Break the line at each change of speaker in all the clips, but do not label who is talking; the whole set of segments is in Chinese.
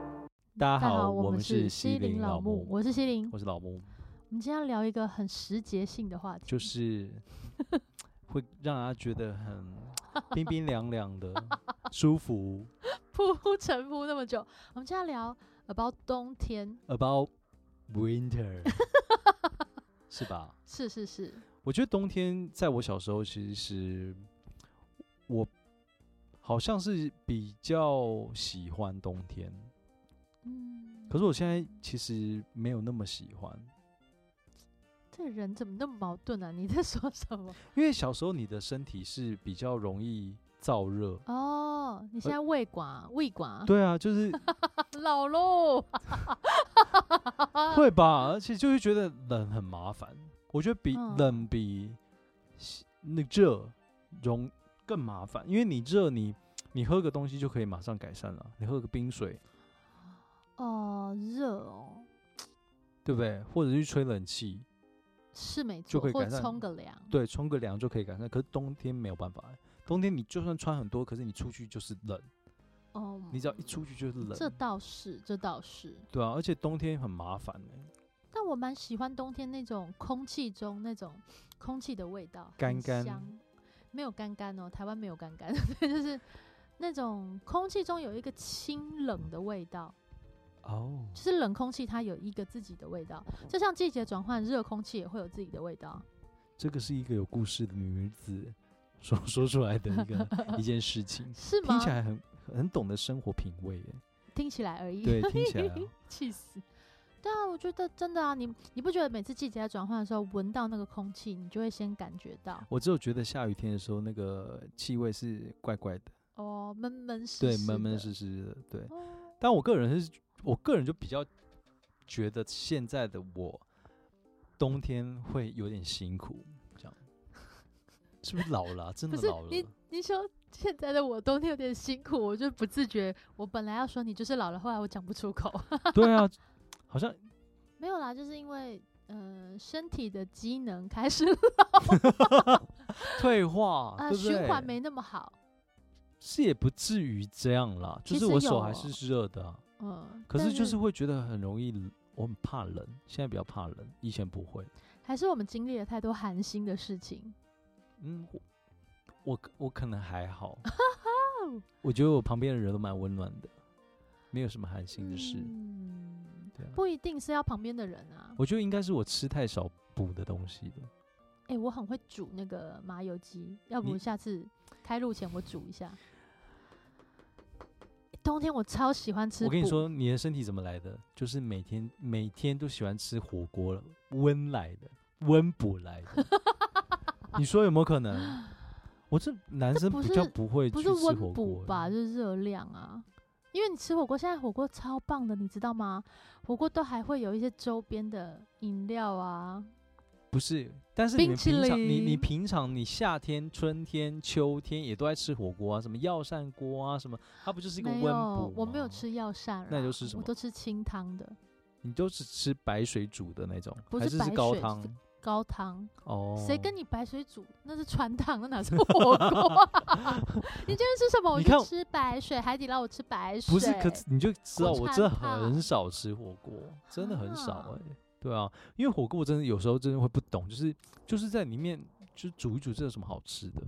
大家
大家
好，
好，我
们
们
是
西林
老
木，我是西林。
我是老木，
我们今天要聊一个很时节性的话题，
就是 会让人家觉得很冰冰凉凉 的，舒服。
铺陈铺那么久。我们今天要聊 about 冬天，
About winter，是吧？
是是是，
我觉得冬天在我小时候，其实我好像是比较喜欢冬天，
嗯，
可是我现在其实没有那么喜欢，
这个人怎么那么矛盾啊？你在 说什么？
因为小时候你的身体是比较容易燥热。
哦，你现在胃寡，胃寡，
呃对啊，就是
老喽，呃
会吧，而且就会觉得冷很麻烦。我觉得比
嗯
冷比喜那热容更麻烦，因为你热你你喝个东西就可以马上改善了，你喝个冰水，
哦，热哦，
对不
嗯
对？或者去吹冷气，
是没
就
错，
可以
或
改善
冲个凉，
对，冲个凉就可以改善。可是冬天没有办法欸、冬天你就算穿很多，可是你出去就是冷，
哦，
你只要一出去就是
这
冷，
倒是，这倒是。
对啊，而且冬天很麻烦、欸，
但我蛮喜欢冬天那种空气中那种空气的味道，
干
很
干
香，没有干干哦，台湾没有干 干，对，就是那种空气中有一个清冷的味道，
哦，
就是冷空气它有一个自己的味道，就像季节转换，热空气也会有自己的味道。
这个是一个有故事的女子所说出来的一个 一件事情。
是吗？
嗯听起来很很懂得生活品味耶。
听起来而已，
对，听起来啊
气死！对啊，我觉得真的啊，你你不觉得每次季节在转换的时候，闻到那个空气，你就会先感觉到
我只有觉得下雨天的时候，那个气味是怪怪的，
哦，闷闷湿
对，
湿
闷闷
的
湿湿的，对。
哦
但我个人是，我个人就比较觉得现在的我冬天会有点辛苦，这 样是不是老了啊、真
不
的
是
老了。
你，你说现在的我冬天有点辛苦，我就不自觉。我本来要说你就是老了，后来我讲不出口。
对啊，好像
没有啦，就是因为呃身体的机能开始
退化，
呃
哦对不
循环
对
没那么好，
是也不至于这样啦，就
其
是
实
我手
有
还是热的啊、
嗯，
可是
但
就是会觉得很容易冷，我很怕冷，现在比较怕冷，以前不会。
还是我们经历了太多寒心的事情。
嗯，我我可我可能还 好，我觉得我旁边的人都蛮温暖的，没有什么寒心的事。
嗯，
对啊，
不一定是要旁边的人啊。
我觉得应该是我吃太少补的东西了。
诶，我很会煮那个麻油鸡，要不
你
下次开录前我煮一下。冬天我超喜欢吃，
我跟你，说，你的身体怎么来的？就是每天每天都喜欢吃火锅了，温来的，温补来 的。你说有没有可能？我这男
这
生
不
比较
是
不会
不
去
是
吃火
温
锅
补
欸
吧，就是热量啊。因为你吃火锅，现在火锅超棒的，你知道吗？火锅都还会有一些周边的饮料啊。
不是，但是你
冰
们
淇
平常你你
淋
平常你夏天、春天、秋天也都在吃火锅啊，什么药膳锅啊，什么，它不就是一个温
没有
补？
我没有
吗，
吃药膳啦，
那你都吃什
我
么
都吃清汤的
你都是吃白水煮的那种，
不
还是
是白
高
水
汤
是高汤。
哦？
谁跟你白水煮？那是川烫，那哪是火锅 啊、你今天吃什么？我
你
就
看
吃白水，海底捞我吃白水。
不是？可你就知道
锅
我真的
铲
很
烫
少吃火锅，真的很少
啊
哎、对啊，因为火锅我真的有时候真的会不懂，就是就是在里面就煮一煮，这有什么好吃的？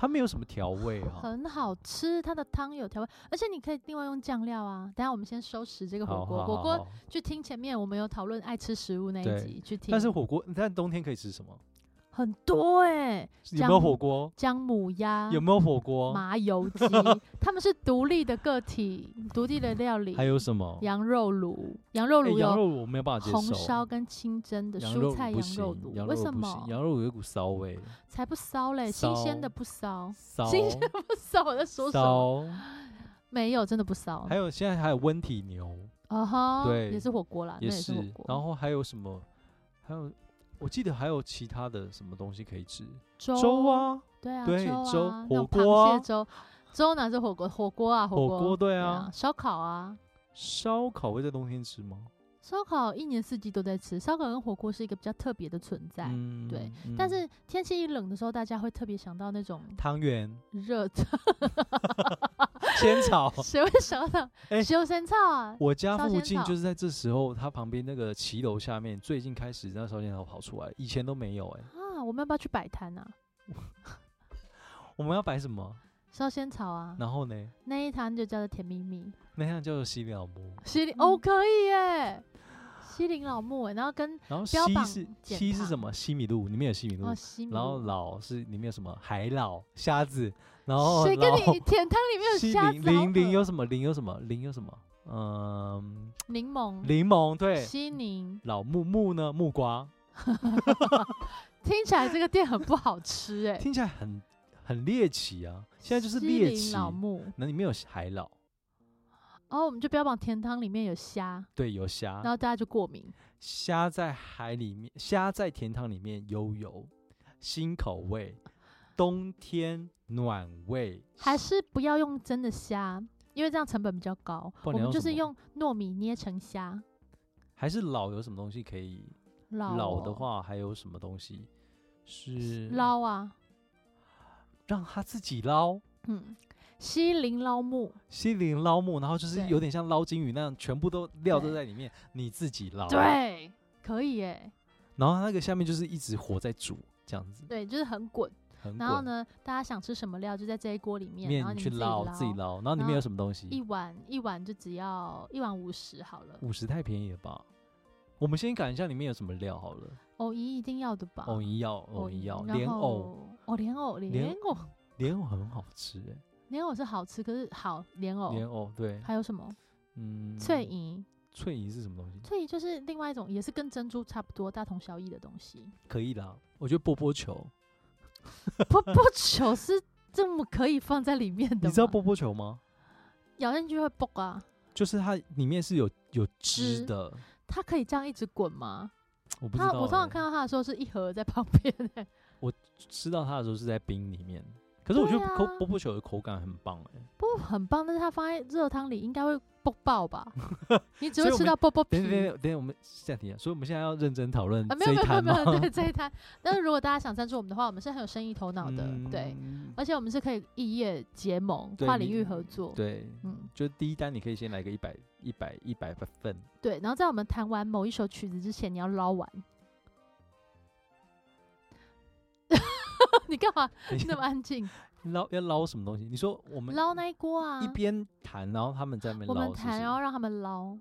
它没有什么调味啊。
很好吃，它的汤有调味，而且你可以另外用酱料啊。等一下我们先收拾这个火
好
锅，
好
火
好
锅
好，
去听前面我们有讨论爱吃食物那一
对
集，去听。
但是火锅，但冬天可以吃什么？
很多哎、
有没有
姜
火锅？
姜母鸭、
有没有火锅？
麻油 鸡，他们是独立的个体，独立的料理。
还有什么？
羊肉炉，羊肉
哎
炉
羊
有
肉我没有办法接受。
红烧跟清蒸的
羊
蔬
肉
菜
不
羊
行
肉炉，
羊
为
肉
什
不行
么？
羊肉有一股骚 味，
才不烧嘞，新鲜的
骚
不烧，
骚
新鲜 不烧，我在说什么？
骚。
没有，真的不烧。
还有现在还有温体牛
啊哈，
对
也是火锅啊啦，那
也
是
是
火锅。，
然后还有什么？还有我记得还有其他的什么东西可以吃？
粥
粥，啊，
对啊，
对
粥
粥
啊，
火
那种
锅
螃
啊
蟹粥，粥哪是火锅？火锅啊，
火
锅，
锅对
对
啊
啊，，烧烤啊，
烧烤会在冬天吃吗？
烧烤一年四季都在吃，烧烤跟火锅是一个比较特别的存在。
嗯
对，
嗯
但是天气一冷的时候，大家会特别想到那种
汤圆、
热的
仙 草。
谁会想到
哎
修仙草啊？
我家
烧
附
仙
近
草
就是在这时候，它旁边那个骑楼下面，最近开始那烧仙草跑出来，以前都没有哎、
啊，我们要不要去摆摊啊？
我们要摆什么？
烧仙草啊，
然后呢，
那一摊就叫做甜蜜蜜。
那样叫做西里老木，
西林、哦，可以耶，西林老木耶，然后跟
然后
标
西
榜
是
减
西是
糖
什么？西米露，里面有西米露，
哦西米
然后
露
嗯老是里面有什么海老、虾子，然后
谁跟
哦老
你甜汤里面有
西
虾
林
子？好
林林有
恶
什么？林有什么？林有什么？嗯，
柠檬、
柠檬对，
西宁，
老木木呢？木瓜，
听起来这个店很不好吃哎。
听起来很很猎奇啊！ 现在就是
西
猎
林
奇，
老木，
那里面有海老，
哦，我们就标榜甜汤里面有虾，
对，有虾
然，后大家就过敏。
虾在海里面，虾在甜汤里面悠游，新口味，冬天暖胃，
还是不要用真的虾，因为这样成本比较高。
不
我
然你
们
要
就
什
是
么
用糯米捏成虾。
还是老有什么东西可以？
老
老的
哦
话还有什么东西是
捞啊，
让他自己捞？
嗯，西林捞木，
西林捞木，然后就是
对
有点像捞金鱼那样，全部都料都
对
在里面，你自己捞。，
对，可以耶，
然后那个下面就是一直火在煮，这样子，
对，就是很滚。
很
然后
滚。
呢，大家想吃什么料就在这一锅里面，然后
面
你
去
们
捞，
自
自己捞，然后里
然
面有
后
什么东
一
西？
碗一碗就只要一碗五十好了，
五十太便宜了吧？我们先讲一下里面有什么料好了。
藕泥一定要的吧？
藕泥要，
藕
藕泥要，
然
莲藕，
后，哦，莲藕，
莲
莲藕，
莲藕很好吃哎，
莲藕是好吃，可是好莲藕，
莲藕对，
哦还有什么
嗯，
翠，怡？
翠怡是什么东西？
翠怡就是另外一种，也是跟珍珠差不多，大同小异的东西。
可以啦，我觉得波波球，
波波球是这么可以放在里面的吗？
你知道波波球吗？
咬进去会爆啊？
就是它里面是有有
汁
汁的，
它可以这样一直滚吗？
我不知
它
道欸。
我通常看到它的时候是一盒在旁边、欸，
吃到它的时候是在冰里面，可是我觉
对
得口
啊
波波球的口感很棒哎。
不过很棒，但是它放在热汤里应该会爆爆 吧？你只
所以
会
我
吃
们
到爆爆皮
等一下等一下等一下，我们下题啊，所以我们现在要认真讨论
啊？没
这
有
一
没有没有
摊
没
吗？
有，对这一摊。但是如果大家想赞助我们的话，我们是很有生意头脑的，对，
嗯
而且我们是可以异业结盟、
对
跨
你
领域合作。
对，
嗯，
就第一单你可以先来个一百一百一百份，
对。然后在我们弹完某一首曲子之前，你要捞完。 你干 嘛
等一下
那么安静？
捞要捞什么东西？你说我们
捞那一锅啊！
一边弹，然后他们在那边
我
捞，
们
是不
弹，
是
然后让他们捞。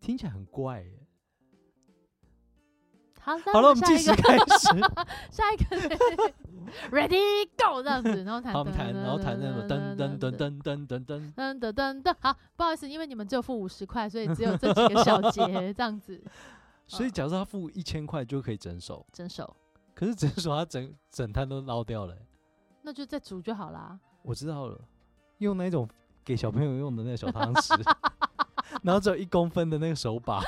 听起来很怪耶。
好，
好了，我们
下
计
一
时
个，
开 始，
下一个 ，ready go 这样子，然后弹，
好，我们弹，然后弹那种噔噔噔
噔
噔噔噔噔，
噔噔噔噔。好，不好意思，因为你们只有付五十块，所以只有这几个小 节这样子
所以
嗯
假设他付一千块就可以整首，
整首，
可是整首他整整摊都捞掉了耶。
那就再煮就好啦。
我知道了，用那种给小朋友用的那个小汤匙， 然后只有一公分的那个手把，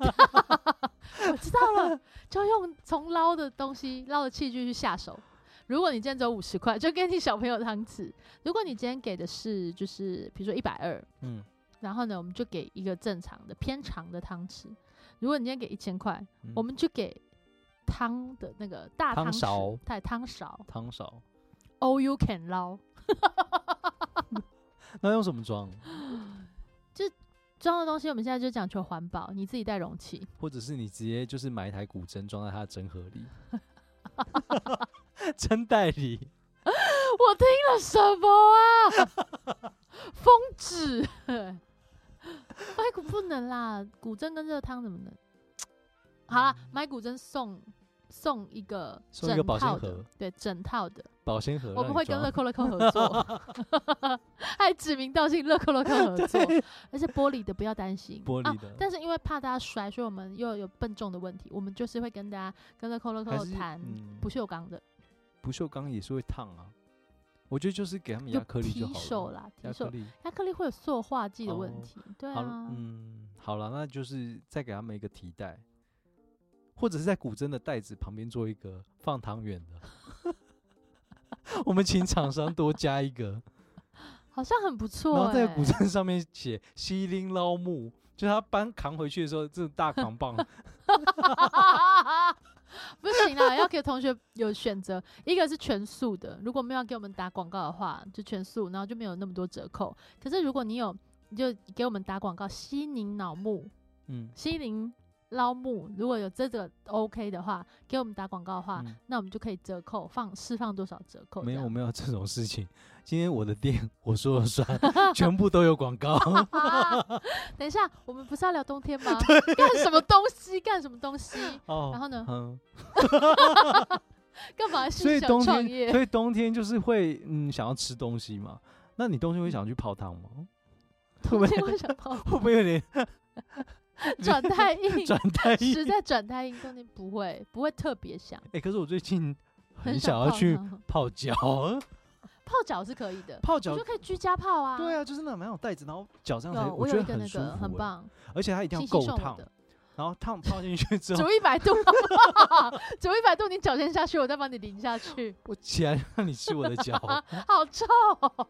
我知道了， 就用从捞的东西、捞的器具去下手。如果你今天只有五十块，就给你小朋友汤匙；如果你今天给的是就是比如说一百二，
嗯，
然后呢，我们就给一个正常的偏长的汤匙。如果你今天给一千块，
嗯
我们就给汤的那个大
汤
汤匙
勺
对，汤勺
汤勺，
，all you can 捞，
那用什么装？
装的东西我们现在就讲求环保，你自己带容器，
或者是你直接就是买一台古筝装在它的真盒 里，真代理，
我听了什么啊？风纸，麦古不能啦，古筝跟热汤怎么能？好啦，买古筝送送一个
嗯送一个
整
保鲜
套的
盒，
对，整套的，
保鲜盒让你装，
我们会 跟乐扣乐扣合作，还指名道姓乐扣乐扣合作， 而且玻璃的不要担心，
玻
啊
璃的，
但是因为怕大家摔，所以我们又有笨重的问题，我们就是会跟大家跟乐扣乐扣
还是
谈
嗯
不锈钢的，
不锈钢也是会烫啊。我觉得就是给他们
就
亚克力就
提
好
手
了，
啦，提
亚克
手
力。
亚克力会有塑化剂的问
哦
题，对
好了，
啊，
嗯，好了，那就是再给他们一个提袋，或者是在古筝的袋子旁边做一个放汤圆的。 我们请厂商多加一 个，
好像很不
然
错、
后
欸。，
在古筝上面写“西林捞木”，就是他搬扛回去的时候，这大扛棒
不行啦，要给同学有选择，一个是全素的，如果没有要给我们打广告的话，就全素，然后就没有那么多折扣。可是如果你有，你就给我们打广告，西宁脑木，
嗯，
西宁捞木，如果有这个 OK 的话，给我们打广告的话，
嗯
那我们就可以折扣放释放多少折扣？
没有
哦这样，
没有这种事情。今天我的店我说了算， 全部都有广 告。
啊 等一下，我们不是要聊冬天 吗？干什么东西？干什么东西？
哦，
然后呢？
嗯，
干嘛
所
是
以冬
想创
天，
业？
所以冬天就是会嗯想要吃东西嘛。那你冬天
嗯
会想去泡汤吗？ 会不会
冬天会想到
会不会有点
转太 硬，
转太硬？
实在转太硬，冬天不会不会特别想，
哎、可是我最近很
很
想
想
要
泡
去
汤
泡 脚，
泡脚是可以的，
泡
我
脚
就可以居家泡啊。
对啊，就是那种那种袋子，然后脚上才
有我
觉
有
得
一个
很
那
舒
个
服，欸
很，棒，
而且它一定要
星
够
星送我
烫，
的，
然后烫泡进去 之后，
煮一百度好不好，煮一百度，你脚先下去，我再帮你淋下去，
我起来让你吃我的 脚，
好臭哦。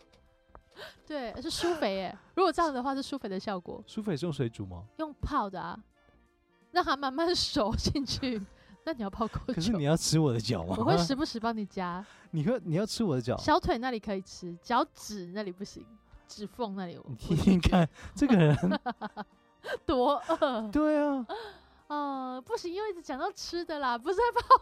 对，是舒肥耶、如果这样的话是舒肥的效果，
舒服也是用水煮吗？
用泡的啊，让它慢慢熟进去。那你要泡多
可是
久
你？要吃我的脚吗？
我会时不时帮你加，
你会你要吃我的脚？
小腿那里可以吃，脚趾那里不行，指缝那里我
你听听看，这个 人
多饿。
对啊，
呃，不行，又一直讲到吃的啦，不是在泡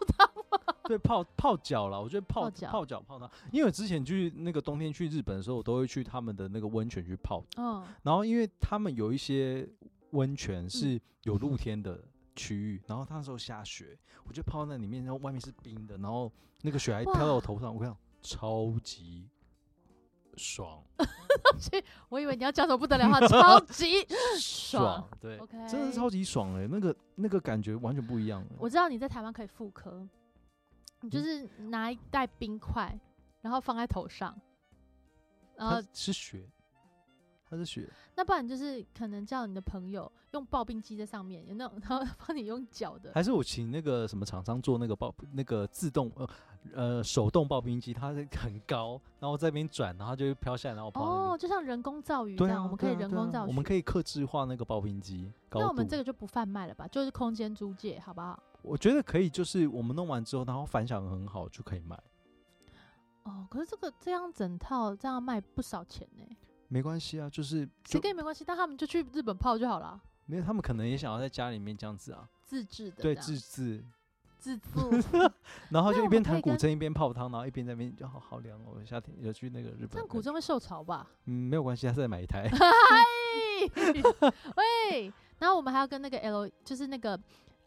对泡泡脚啦，我觉得泡
泡脚
泡脚泡汤，因为我之前去那个冬天去日本的时候，我都会去他们的那个温泉去泡，
嗯
然后因为他们有一些温泉是有露天的区域，然后他那时候下雪，我就泡在那里面，然后外面是冰的，然后那个雪还飘到我
哇
头上，我看到超级 爽
我以为你要讲什么不得了话，超 级爽。
对
OK，
真的是超级爽哎、那个那个感觉完全不一样、欸。
我知道你在台湾可以复刻，
嗯
你就是拿一袋冰块，然后放在头上，然
它
后
是雪，它是雪，
那不然你就是可能叫你的朋友用刨冰机在上面，有那种然后 帮你用脚的，
还是我请那个什么厂商做那个刨那个自动呃呃手动刨冰机，它是很高，然后在那边转，然后它就会飘下来，然后刨那边
哦，就像人工造鱼这
对
样，
啊，
我们可
对
以
啊
人
对
工
啊
造
我
鱼。
们可以克制化那个刨冰机高度。
那我们这个就不贩卖了吧，就是空间租借，好不好？
我觉得可以，就是我们弄完之后，然后反响很好，就可以卖，
哦，可是这个这样整套这样卖不少钱呢、
没关系啊，就是
谁
就
跟你没关系，但他们就去日本泡就好了，
没有他们可能也想要在家里面这样子啊，
自制的这
对，
样，
自制，
自助。
然后
那
就一
我
边
们可
弹
以
古
跟
筝一边泡汤，然后一边在那边就好好凉哦。夏天有去那个日本
这
的感觉，
样古筝会受潮吧？
嗯没有关系，他再买一台
嗨， 喂，然后我们还要跟那个 L，就是那个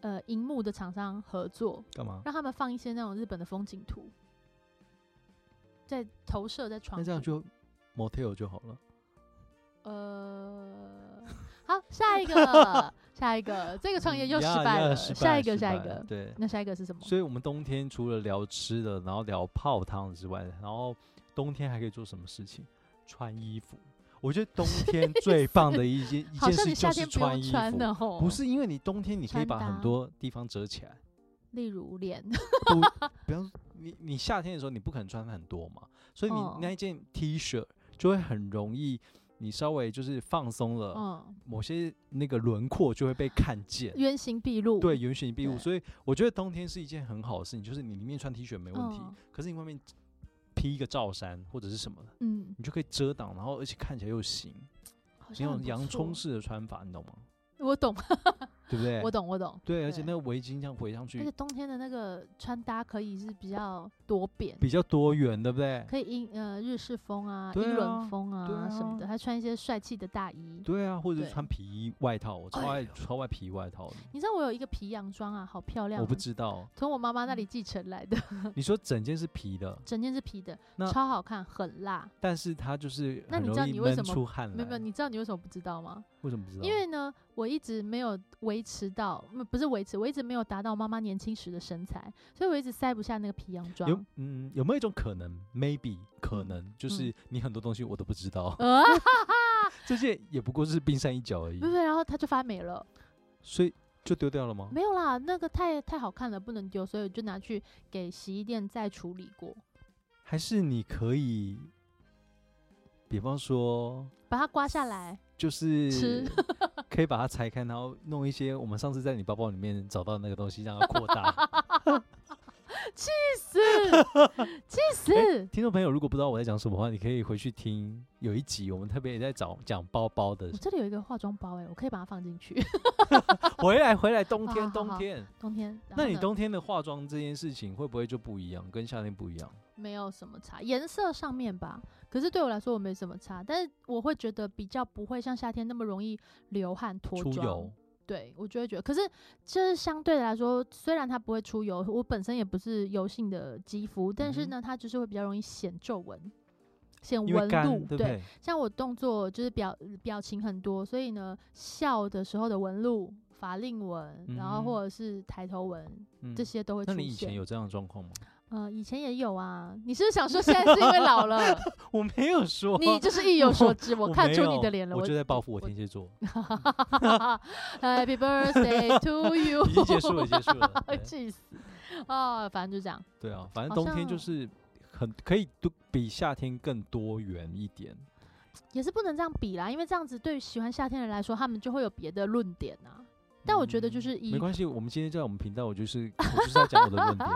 呃荧幕的厂商合作，
干嘛？
让他们放一些那种日本的风景图，在投射在
那
床
这样
上。
就 motel 就好了。
呃，好，下一个，下一个，这个创业又
嗯呀
失败
呀
了。
失败
下一个，
失
下一
败
个，
对，
那下一个是什么？
所以我们冬天除了聊吃的，然后聊泡汤之外，然后冬天还可以做什么事情？穿衣服。我觉得 冬天最棒的一件一
好
件
像
事就
你夏
是
天不用
衣
穿的
服，
哦，
不，是因为你冬天你可以
穿
把很
搭
多地方遮起来，
例如脸，
不，比方说你你夏天的时候你不可能穿很多嘛，所以你
哦
那一件 T 恤就会很容易，你稍微就是放松了，
嗯，
某些那个轮廓就会被看见。
原形毕露，
对，原形毕露。
对
所以我觉得冬天是一件很好的事情，就是你里面穿 T 恤没问题，
嗯
可是你外面披一个罩衫或者是什么的，
嗯，
你就可以遮挡，然后而且看起来又行，
好
那
像
种
很不
洋葱
错，
式的穿法，你懂吗？
我懂，
对不对？
我懂，我懂。
对，而且
对
那个围巾这样围上
而
去
且冬天的那个穿搭可以是比较多变，
比较多元，对不对？
可以英呃日式风啊、
对
英
啊
伦风啊
对
什么的，
啊
还穿一些帅气的大衣。
对啊，或者是
对
穿皮衣外套，我超
哎
爱超爱皮衣外 套的。
你知道我有一个皮洋装啊，好漂亮、
我不，知 嗯道，
从我妈妈那里继承来的，
你说整件是皮的，
整件是皮的
那，
超好看，很辣。
但是它就是
那
很
你知道
容易
你为
闷
什么
出汗
没有，没有，
来。
你知道你为什么不知道吗？
为什么不知道？
因为呢，我一直没有维持到，嗯不是维持，我一直没有达到妈妈年轻时的身材，所以我一直塞不下那个皮洋
有
装。
嗯，有没有一种可能，maybe 可
嗯
能就是你很多东西我都不知 道，
呃，
这些也不过是冰山一角而已
不，是，然后它就发霉了。
所以就丢掉了吗？
没有啦，那个太太好看了，不能丢，所以我就拿去给洗衣店再处理过，
还是你可以，比方说，
把它刮下来。
就是可以把它拆开，然后弄一些我们上次在你包包里面找到的那个东西，让它扩大，
死，气死！
听众朋友，如果不知道我在讲什么话，你可以回去听有一集，我们特别也在找讲包包的
我。这里有一个化妆包、欸，哎，我可以把它放进去。
回来回来，冬
好
天
好
冬
好
天，
冬天，然
那
后
你
呢
冬天的化妆这件事情会不会就不一样，跟夏天不一样？
没有什么差，颜色上面吧。可是对我来说，我没什么差，但是我会觉得比较不会像夏天那么容易流汗脱
出
妆
油。，
对，我就会觉得，可是就是相对来说，虽然它不会出油，我本身也不是油性的肌肤，但是
嗯哼
呢，它就是会比较容易显皱纹、显
因为
纹
干，
路，
对不对？
像我动作就是表表情很多，所以呢，笑的时候的纹路、法令纹，然后
嗯
或者是抬头纹，
嗯
这些都会出
那
现。
你以前有这样的状况吗？
呃，以前也有啊。你是不是想说现在是因为老了，
我没有说，
你就是一有所知，
没
看出你
有
的脸了。
我就在报复我
我
天蝎座。
Happy birthday to you！
已经结束了，结束 了。对
气死！啊、反正就这样。
对 啊，反正
好
冬天
像
就是很可以多比夏天更多元一点。
也是不能这样比啦，因为这样子对于喜欢夏天的人来说，他们就会有别的论点啊。但我觉得就是
嗯
以
没关系，我们今天在我们频道，我就是我就是在讲我的论 点。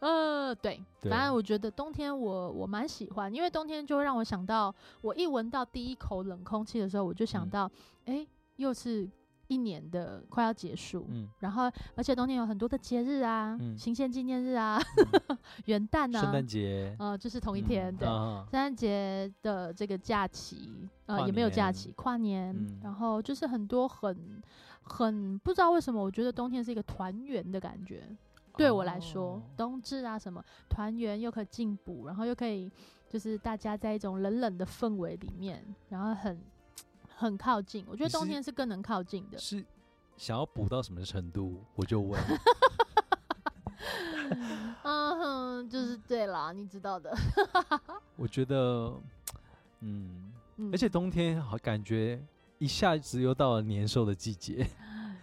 呃，对，
对
反正我觉得冬天我我蛮喜欢，因为冬天就会让我想到，我一闻到第一口冷空气的时候，我就想
嗯
到，哎、又是一年的快要结束。
嗯，
然后，而且冬天有很多的节日啊，
嗯
行宪纪念日啊， 元旦啊，
圣诞节
呃，就是同一
嗯
天，对，
啊
圣诞节的这个假期，
跨
呃，也没有假
年
期，跨年，
嗯
然后就是很多很很不知道为什么，我觉得冬天是一个团圆的感觉。对我来说，
哦
冬至啊什么团圆又可以进补，然后又可以就是大家在一种冷冷的氛围里面，然后很很靠近。我觉得
你是
冬天是更能靠近的。
是想要补到什么程度，我就 问。
嗯哼，就是对啦，你知道的。
我觉得，嗯，
嗯
而且冬天好感觉一下子又到了年兽的季节，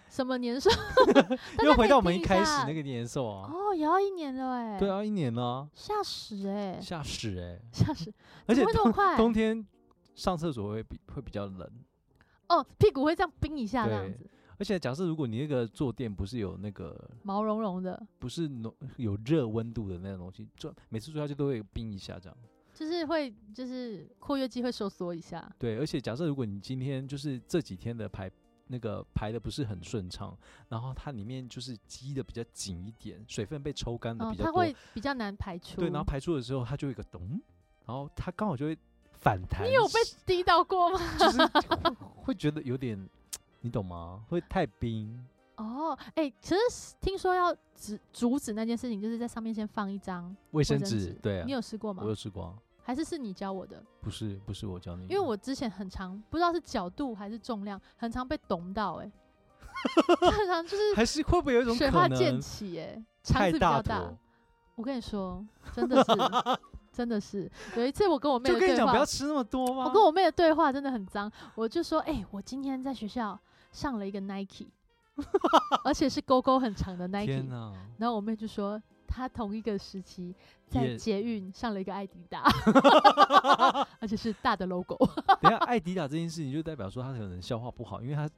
什么年兽大
又
家
回
可以
到我们
听
一
一
开始
下
那个年兽啊。
哦，也要一年了哎、
对，啊，一年了
吓死哎、
啊，吓死哎！
吓死！
而且
怎么会这么
冬
快
冬天上厕所会比会比较冷，
哦，屁股会这样冰一下，这样
对
子
而且假设如果你那个坐垫不是有那个
毛茸茸的，
不是浓有热温度的那种东西，坐每次坐下去都会冰一下这样。
就是会就是括约肌会收缩一下。
对，而且假设如果你今天就是这几天的排那个排的不是很顺畅，然后它里面就是积的比较紧一点，水分被抽干的
嗯
比，较
它
多，
会比较难排出。
对，然后排出的时候它就会有一个咚，然后它刚好就会反弹，
你有被滴到过吗？
就是会会觉得有点，你懂吗？会太冰，
哦，哎、其实听说要止阻止那件事情，就是在上面先放一张
卫
卫
生
纸
纸，。对啊
你，有试过吗
我？有试过啊，
还是是你教我的？
不是不是我教你的，
因为我之前很常不知道是角度还是重量，很常被咚到、 欸，哎，很常就是
还是会不会有一种
水
可
花溅
能
起、欸，哎，肠
太
子比较
坨？
我跟 你说，真的是，真的是。有一次我跟我妹
就
的
跟你
对
讲
话
不要，啊吃那么多吗？
我跟我妹的对话真的很脏。我就说，哎、我今天在学校上了一个 Nike，而且是勾勾很长的 Nike
天。哪！
然后我妹就说，她同一个时期在
也
捷运上了一个艾迪 达， 而且是大的 logo，
等一下，艾迪达这件事情就代表说他可能消化不好，因为他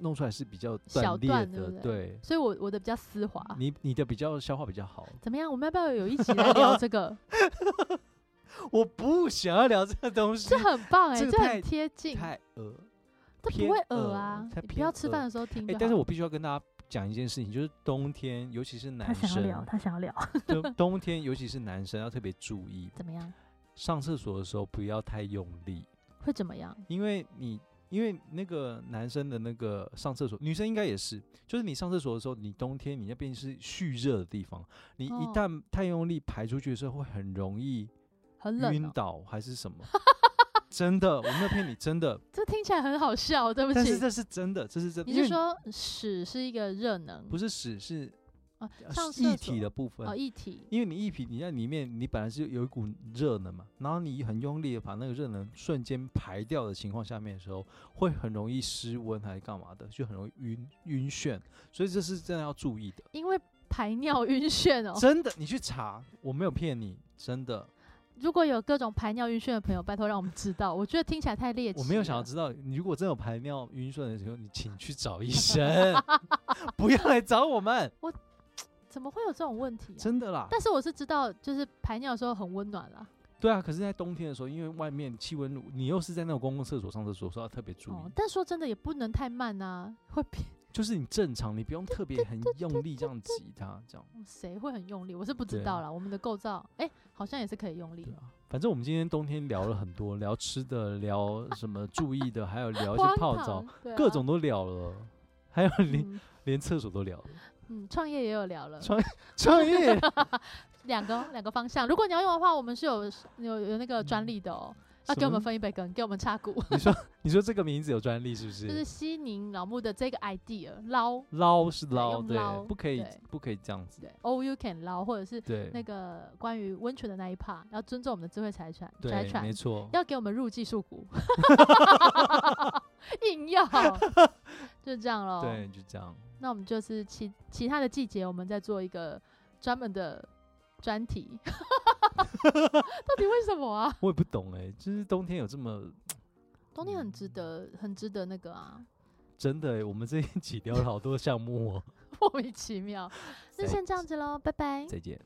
弄出来是比较
小
断裂
段对
的，
不
对。
所以我我的比较丝滑。
你你的比较消化比较好，
怎么样？我们要不要有一集来聊 这个？
我不想要聊这个东西
这，很棒哎、
这个
这
太
很贴近，
太恶。
这不
偏
会
恶
恶啊！
太
你不
偏
要吃
恶
饭的啊时候听
哎、
就好。
但是我必须要跟大家讲一件事情，就是冬天，尤其是男生，
他想要聊，
冬冬天尤其是男生要特别注意，
怎么样？
上厕所的时候不要太用力，
会怎么样？
因为你因为那个男生的那个上厕所，女生应该也是，就是你上厕所的时候，你冬天你那边是蓄热的地方，你一
哦
旦太用力排出去的时候，会很容易
很冷、
晕
哦，
倒还是什 么？真的，我没有骗你，真的。
这听起来很好笑，对不
但是
起。
这是真的，这是真的。
你
因为
是说屎是一个热能？
不是屎是
啊
呃
上
是液
厕
体
所
的部分？
哦，一体
因为你液体你在里面，你本来是有一股热能嘛，然后你很用力的把那个热能瞬间排掉的情况下面的时候，会很容易失温还是干嘛的，就很容易晕晕眩，所以这是真的要注意的。
因为排尿晕眩哦。
真的，你去查，我没有骗你，真的，
如果有各种排尿晕眩的朋友，拜托让我们知道。我觉得听起来太猎奇了。
我没有想要知道，你如果真有排尿 晕眩的时候，你请去找医生，不要来找我们。
怎么会有这种问题、啊？
真的啦。
但是我是知道，就是排尿的时候很温暖啦。
对啊，可是，在冬天的时候，因为外面气温，你又是在那种公共厕所上厕所，所以要特别注意。
哦，但说真的也不能太慢啊，会变。
就是你正常，你不用特别很用力这样挤它， 这样
谁会很用力？我是不知
对啊
道啦。我们的构造，哎、好像也是可以用力
对。啊。反正我们今天冬天聊了很多，聊吃的，聊什么注意的，还有聊一些
荒
泡
唐
澡，，
对啊
各种都聊了，还有连、
嗯
连厕所都聊 了，
嗯，创业也有聊了，
创创业
两个哦两个方向。如果你要用的话，我们是有有有那个专利的哦，
嗯什
要给我
么
们分一杯羹，给我们插 股。
你说这个名字有专利是不是？
就是西宁老木的这个 idea 捞，
捞是捞，
用
对
捞，
不可以
对
不可以这样子，
对，all you can 捞，或者是
对，
那个关于温泉的那一 part，要尊重我们的智慧财产财
对，
产
没，错，
要给我们入技术股，硬要，就这样咯。
对，就这样。
那我们就是其其他的季节，我们再做一个专门的专题。到底为什么啊？
我也不懂哎、就是冬天有这么
冬天很值得，很值得那个啊，
真的哎、我们这一起聊了好多项目哦、
莫名其妙。那
再
先这样子喽，拜拜。
再见。